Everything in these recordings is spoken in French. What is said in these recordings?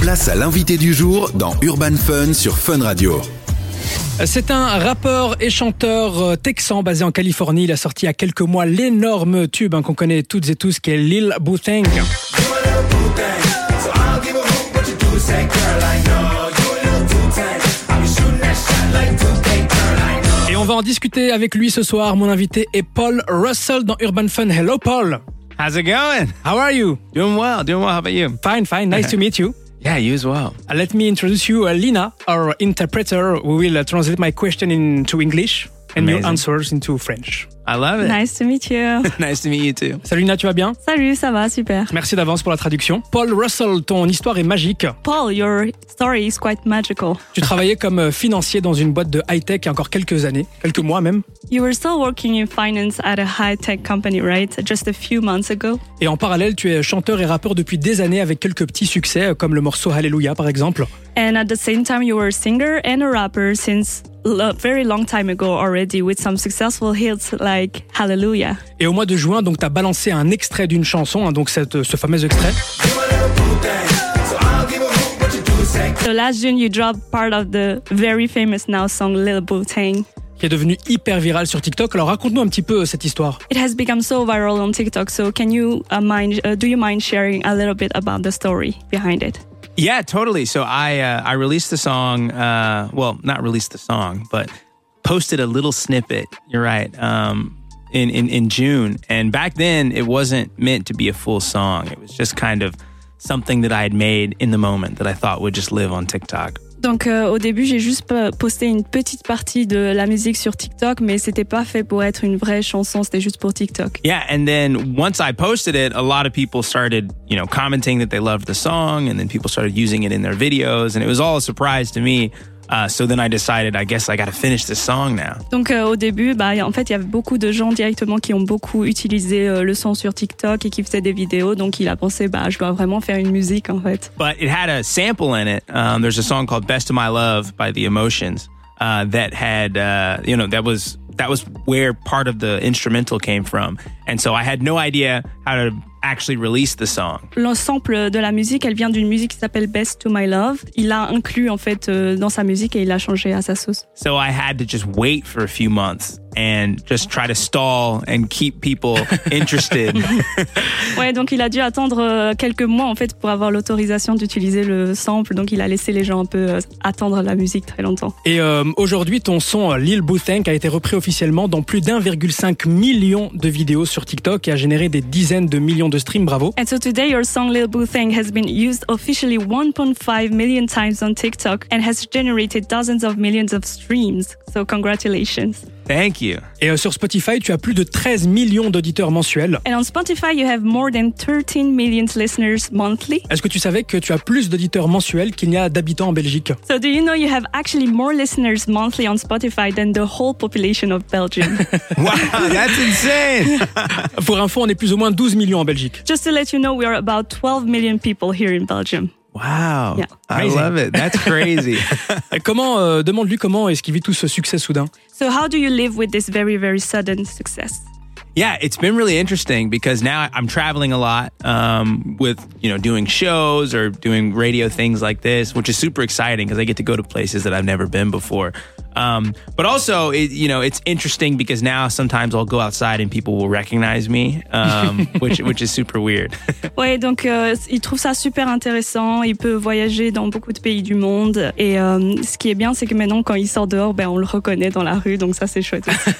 Place à l'invité du jour dans Urban Fun sur Fun Radio. C'est un rappeur et chanteur euh, texan basé en Californie. Il a sorti il y a quelques mois l'énorme tube hein, qu'on connaît toutes et tous qui est Lil Boothang. Et on va en discuter avec lui ce soir. Mon invité est Paul Russell dans Urban Fun. Hello Paul. How's it going? How are you? Doing well, doing well. How about you? Fine, fine. Nice to meet you. Yeah, you as well. Uh, Let me introduce you uh, Lina, our interpreter. We will uh, translate my question into English and your Amazing. answers into French. I love it. Nice to meet you. Nice to meet you too. Salut Lina, tu vas bien Salut, ça va, super. Merci d'avance pour la traduction. Paul Russell, ton histoire est magique. Paul, your story is quite magical. Tu travaillais comme euh, financier dans une boîte de high-tech il y a encore quelques années, quelques mois même. You were still working in finance at a high tech company, right? Just a few months ago. Et en parallèle, tu es chanteur et rappeur depuis des années avec quelques petits succès, euh, comme le morceau Hallelujah par exemple. And at the same time, you were a singer and a rapper since a very long time ago already with some successful hits like Hallelujah. Et au mois de juin, donc, tu as balancé un extrait d'une chanson, hein, donc cette, euh, ce fameux extrait. So last June, you dropped part of the very famous now song Lil Boo Tang. qui est devenu hyper viral sur TikTok. Alors raconte-nous un petit peu euh, cette histoire. It has become so viral on TikTok. So can you uh, mind? Uh, do you mind sharing a little bit about the story behind it? Yeah, totally. So I uh, I released the song. Uh, well, not released the song, but posted a little snippet. You're right. Um, in, in in June, and back then it wasn't meant to be a full song. It was just kind of something that I had made in the moment that I thought would just live on TikTok. Donc euh, au début, j'ai juste po- posté une petite partie de la musique sur TikTok, mais c'était pas fait pour être une vraie chanson, c'était juste pour TikTok. Yeah, and then once I posted it, a lot of people started, you know, commenting that they loved the song, and then people started using it in their videos, and it was all a surprise to me. Uh, so then I decided, I guess I got to finish this song now. Donc euh, au début, bah y a- en fait, il y avait beaucoup de gens directement qui ont beaucoup utilisé euh, le son sur TikTok et qui faisaient des vidéos, donc il a pensé bah je dois vraiment faire une musique en fait. But it had a sample in it. Um, there's a song called "Best of My Love" by The Emotions uh, that had, uh, you know, that was that was where part of the instrumental came from, and so I had no idea how to actually release the song. L'ensemble de la musique, elle vient d'une musique qui s'appelle Best to My Love. Il l'a inclus en fait euh, dans sa musique et il l'a changé à sa sauce. So I had to just wait for a few months and just try to stall and keep people interested. Ouais, donc il a dû attendre euh, quelques mois en fait pour avoir l'autorisation d'utiliser le sample. Donc il a laissé les gens un peu euh, attendre la musique très longtemps. Et euh, aujourd'hui, ton son euh, Lil Boothang a été repris officiellement dans plus d'1,5 million de vidéos sur TikTok et a généré des dizaines de millions de streams. Bravo. And so today your song Lil Boo Thing has been used officially 1.5 million times on TikTok and has generated dozens of millions of streams. So congratulations. Thank you. Et euh, sur Spotify, tu as plus de 13 millions d'auditeurs mensuels. And on Spotify you have more than 13 million listeners monthly. Est-ce que tu savais que tu as plus d'auditeurs mensuels qu'il n'y a d'habitants en Belgique So do you know you have actually more listeners monthly on Spotify than the whole population of Belgium? Wow, that's insane. Pour info, on est plus ou moins 12 millions en Belgique. Just to let you know we are about 12 million people here in Belgium. Wow. Yeah. I Amazing. love it. That's crazy. Et comment, euh, demande-lui comment est-ce qu'il vit tout ce succès soudain So, how do you live with this very, very sudden success? yeah, it's been really interesting because now I'm traveling a lot um, with, you know, doing shows or doing radio things like this, which is super exciting because I get to go to places that I've never been before. Um, but also, it, you know, it's interesting because now sometimes I'll go outside and people will recognize me, um, which which is super weird. Ouais, donc euh, il trouve ça super intéressant. Il peut voyager dans beaucoup de pays du monde. Et euh, ce qui est bien, c'est que maintenant, quand il sort dehors, ben, on le reconnaît dans la rue. Donc ça, c'est chouette. aussi.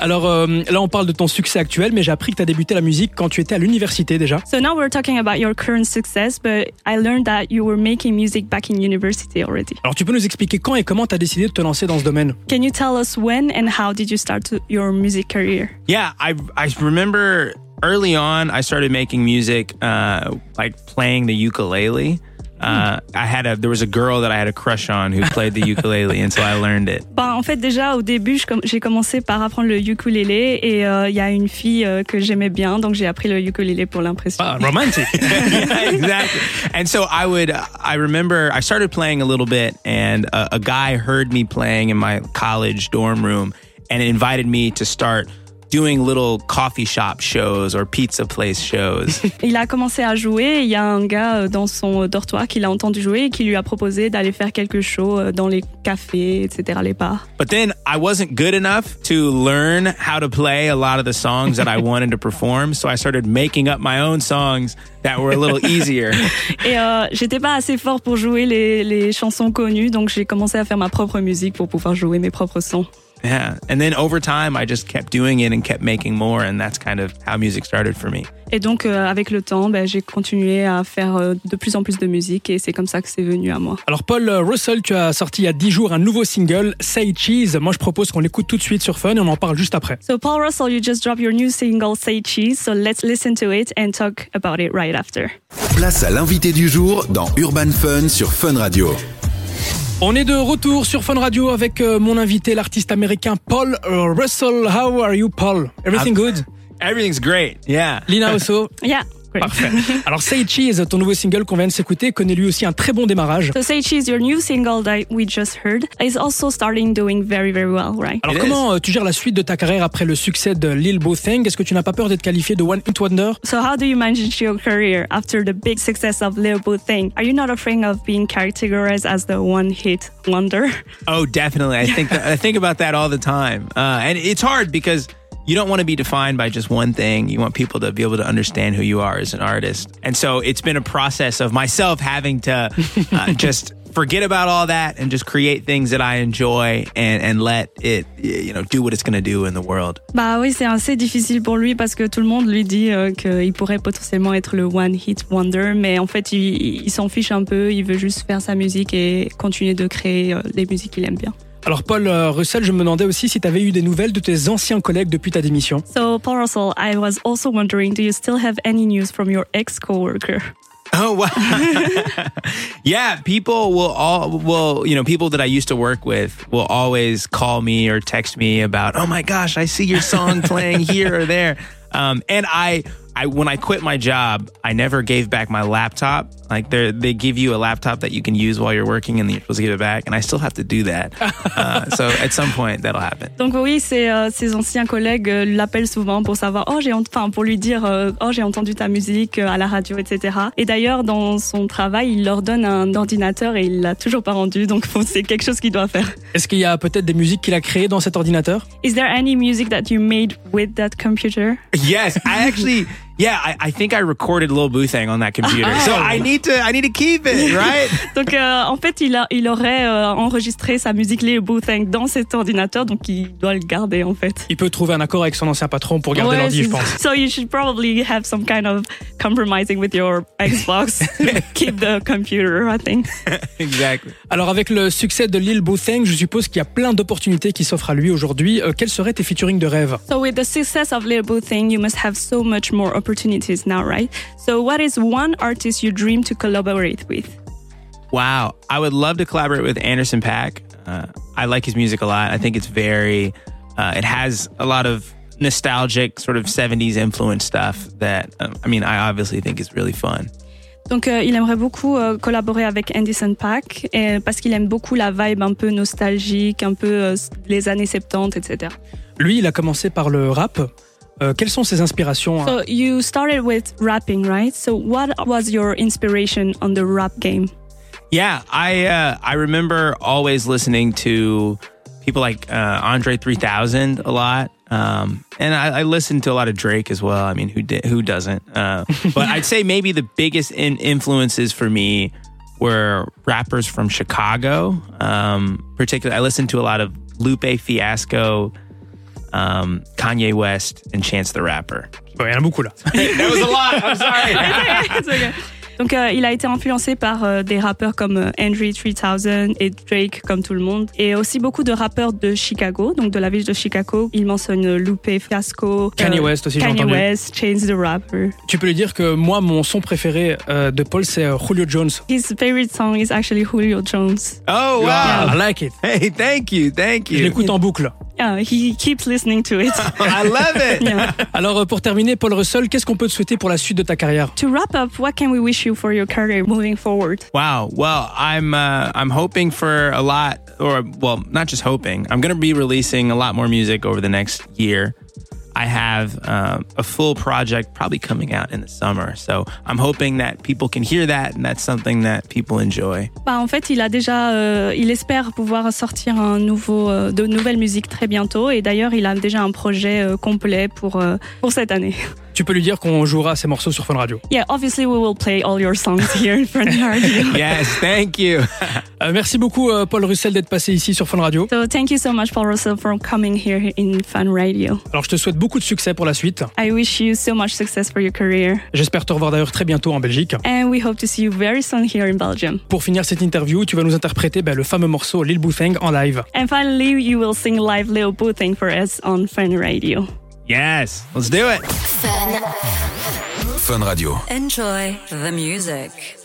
Alors euh, là, on parle de ton succès actuel, mais j'ai appris que tu as débuté la musique quand tu étais à l'université déjà. so now we're talking about your current success, but I learned that you were making music back in university already. Alors tu peux nous expliquer quand et comment tu as décidé de te lancer dans ce domaine Can you tell us when and how did you start to- your music career? Yeah, I I remember early on I started making music, uh, like playing the ukulele. Uh, I had a there was a girl that I had a crush on who played the ukulele, and so I learned it. Bah, en fait, déjà au début, je com- j'ai commencé par apprendre le ukulélé et euh, il y a une fille euh, que j'aimais bien, donc j'ai appris le ukulélé pour l'impression. romantique yeah, exactly. And so I would I remember I started playing a little bit, and a, a guy heard me playing in my college dorm room and invited me to start doing little coffee shop shows or pizza place shows. Il a commencé à jouer. Il y a un gars euh, dans son euh, dortoir qui l'a entendu jouer et qui lui a proposé d'aller faire quelque show euh, dans les cafés, etc., les bars. But then I wasn't good enough to learn how to play a lot of the songs that I wanted to perform. So I started making up my own songs that were a little easier. Et euh, j'étais pas assez fort pour jouer les, les chansons connues, donc j'ai commencé à faire ma propre musique pour pouvoir jouer mes propres sons. Yeah. And then over time, I just kept doing it and kept making more. And that's kind of how music started for me. Et donc, euh, avec le temps, ben, j'ai continué à faire euh, de plus en plus de musique et c'est comme ça que c'est venu à moi. Alors Paul Russell, tu as sorti il y a 10 jours un nouveau single, Say Cheese. Moi je propose qu'on l'écoute tout de suite sur Fun et on en parle juste après. So, Paul Russell, you just dropped your new single, Say Cheese. So, let's listen to it and talk about it right after. Place à l'invité du jour dans Urban Fun sur Fun Radio. On est de retour sur Fun Radio avec euh, mon invité, l'artiste américain Paul euh, Russell. How are you Paul? Everything good? Everything's great. Yeah. Lina also. Yeah. Great. Parfait. Alors Say Cheese, ton nouveau single qu'on vient de s'écouter, connaît lui aussi un très bon démarrage. So, Say Cheese, your new single that we just heard, is also starting doing very, very well, right? Alors It comment euh, tu gères la suite de ta carrière après le succès de Lil Bo Thing Est-ce que tu n'as pas peur d'être qualifié de One Hit Wonder So, how do you manage your career after the big success of Lil Boo Thing? Are you not afraid of being categorized as the one hit wonder? Oh, definitely. I think I think about that all the time, uh, and it's hard because you don't want to be defined by just one thing. You want people to be able to understand who you are as an artist, and so it's been a process of myself having to uh, just forget about all that and just create things that I enjoy and and let it you know do what it's going to do in the world. Bah oui, c'est assez difficile pour lui parce que tout le monde lui dit euh, qu'il pourrait potentiellement être le one hit wonder, mais en fait, il, il- il s'en fiche un peu, il veut juste faire sa musique et continuer de créer euh, les musiques qu'il aime bien. Alors Paul euh, Russell, je me demandais aussi si tu avais eu des nouvelles de tes anciens collègues depuis ta démission. So, Paul Russell, I was also wondering, do you still have any news from your ex coworker? Oh wow! yeah, people will all will you know people that I used to work with will always call me or text me about oh my gosh I see your song playing here or there, um, and I I when I quit my job I never gave back my laptop like they they give you a laptop that you can use while you're working and you're supposed to give it back and I still have to do that uh, so at some point that'll happen. Donc oui, ses, euh, ses anciens collègues euh, l'appellent souvent pour savoir, oh j'ai, ent- enfin pour lui dire, euh, oh j'ai entendu ta musique euh, à la radio, etc. Et d'ailleurs dans son travail, il leur donne un ordinateur et il l'a toujours pas rendu, donc bon, c'est quelque chose qu'il doit faire. Est-ce qu'il y a peut-être des musiques qu'il a créées dans cet ordinateur Is there any music that you made with that computer? Yes, I actually. Yeah, I, I think I recorded Lil Boo Thang on that computer, so I need to I need to keep it right. Donc euh, en fait, il, a, il aurait euh, enregistré sa musique Lil Boo Thang dans cet ordinateur, donc il doit le garder en fait. Il peut trouver un accord avec son ancien patron pour garder Ouais, l'ordi, je c'est- pense. So you should probably have some kind of compromising with your Xbox. Keep the computer, I think. exactly. Alors avec le succès de Lil Bo Thang, je suppose qu'il y a plein d'opportunités qui s'offrent à lui aujourd'hui. Euh, quels seraient tes featuring de rêve So with the success of Lil Boo Thing, you must have so much more opportunities now, right? So what is one artist you dream to collaborate with? Wow. I would love to collaborate with Anderson Pack. Uh, I like his music a lot. I think it's very, uh, it has a lot of nostalgic sort of 70s influence stuff that, um, I mean, I obviously think is really fun. Donc euh, il aimerait beaucoup euh, collaborer avec Anderson Pack et, parce qu'il aime beaucoup la vibe un peu nostalgique, un peu euh, les années 70, etc. Lui, il a commencé par le rap. Euh, quelles sont ses inspirations hein So you started with rapping, right? So what was your inspiration on the rap game? Yeah. I, uh, I remember always listening to people like uh, Andre 3000 a lot. Um, and I, I listened to a lot of Drake as well. I mean, who di- who doesn't? Uh, but I'd say maybe the biggest in- influences for me were rappers from Chicago. Um, particularly, I listened to a lot of Lupe Fiasco, um, Kanye West, and Chance the Rapper. Ouais, Il y en a beaucoup là. That was a lot. I'm sorry. Donc euh, il a été influencé par euh, des rappeurs comme euh, Andre 3000 et Drake comme tout le monde et aussi beaucoup de rappeurs de Chicago, donc de la ville de Chicago. Il mentionne euh, Lupe Fiasco, euh, Kanye West aussi, j'ai Kanye entendu. West, Chance the Rapper. tu peux lui dire que moi, mon son préféré euh, de Paul, c'est euh, Julio Jones. His favorite song is actually Julio Jones. Oh wow! I like it. Hey, thank you, thank Je you. l'écoute en boucle. Yeah, he keeps listening to it. I love it. Yeah. Alors euh, pour terminer, Paul Russell, qu'est-ce qu'on peut te souhaiter pour la suite de ta carrière To wrap up, what can we wish you for your career moving forward? Wow. Well, I'm uh, I'm hoping for a lot, or well, not just hoping. I'm going to be releasing a lot more music over the next year. I have um, a full project probably coming out in the summer. So I'm hoping that people can hear that and that's something that people enjoy. Bah, en fait, il a déjà, euh, il espère pouvoir sortir un nouveau, euh, de nouvelles musiques très bientôt. Et d'ailleurs, il a déjà un projet euh, complet pour euh, pour cette année. Tu peux lui dire qu'on jouera ces morceaux sur Fun Radio. Yeah, obviously we will play all your songs here in front of you. Yes, thank you. Euh, merci beaucoup, euh, Paul Russell, d'être passé ici sur Fun Radio. So thank you so much, Paul Russell, for coming here in Fun Radio. Alors, je te souhaite beaucoup de succès pour la suite. I wish you so much success for your career, J'espère te revoir d'ailleurs très bientôt en Belgique. and we hope to see you very soon here in Belgium. Pour finir cette interview, tu vas nous interpréter ben, le fameux morceau Lil Boothang en live. And finally, you will sing live Leo Boo thing for us on Fun Radio. Yes, let's do it. Fun Radio. Enjoy the music.